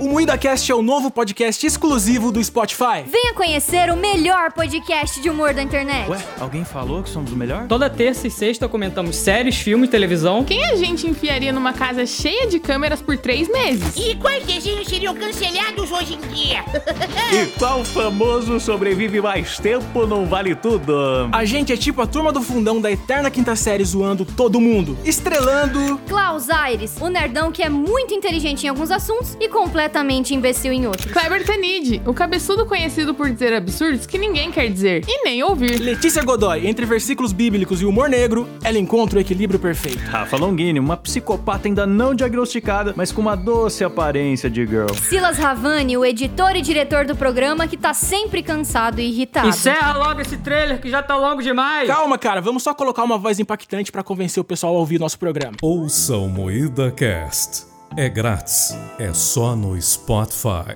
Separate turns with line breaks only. O MuidaCast é o novo podcast exclusivo do Spotify.
Venha conhecer o melhor podcast de humor da internet.
Ué, alguém falou que somos o melhor?
Toda terça e sexta comentamos séries, filmes, televisão.
Quem a gente enfiaria numa casa cheia de câmeras por três meses?
E quais desenhos seriam cancelados hoje em dia?
E qual famoso sobrevive mais tempo não vale tudo? Ah,
A gente é tipo a turma do fundão da eterna quinta série zoando todo mundo. Estrelando...
Klaus Aires, o nerdão que é muito inteligente em alguns assuntos e completamente imbecil em outros.
Kleber Tanid, o cabeçudo conhecido por dizer absurdos que ninguém quer dizer e nem ouvir.
Letícia Godoy, entre versículos bíblicos e humor negro, ela encontra o equilíbrio perfeito.
Rafa Longini, uma psicopata ainda não diagnosticada, mas com uma doce aparência de girl.
Silas Ravani, o editor e diretor do programa que tá sempre cansado e irritado.
Encerra logo esse trailer que já tá longo demais.
Calma, cara, vamos só colocar uma voz impactante pra convencer o pessoal a ouvir nosso programa.
Ouça o Moída Cast. É grátis, é só no Spotify.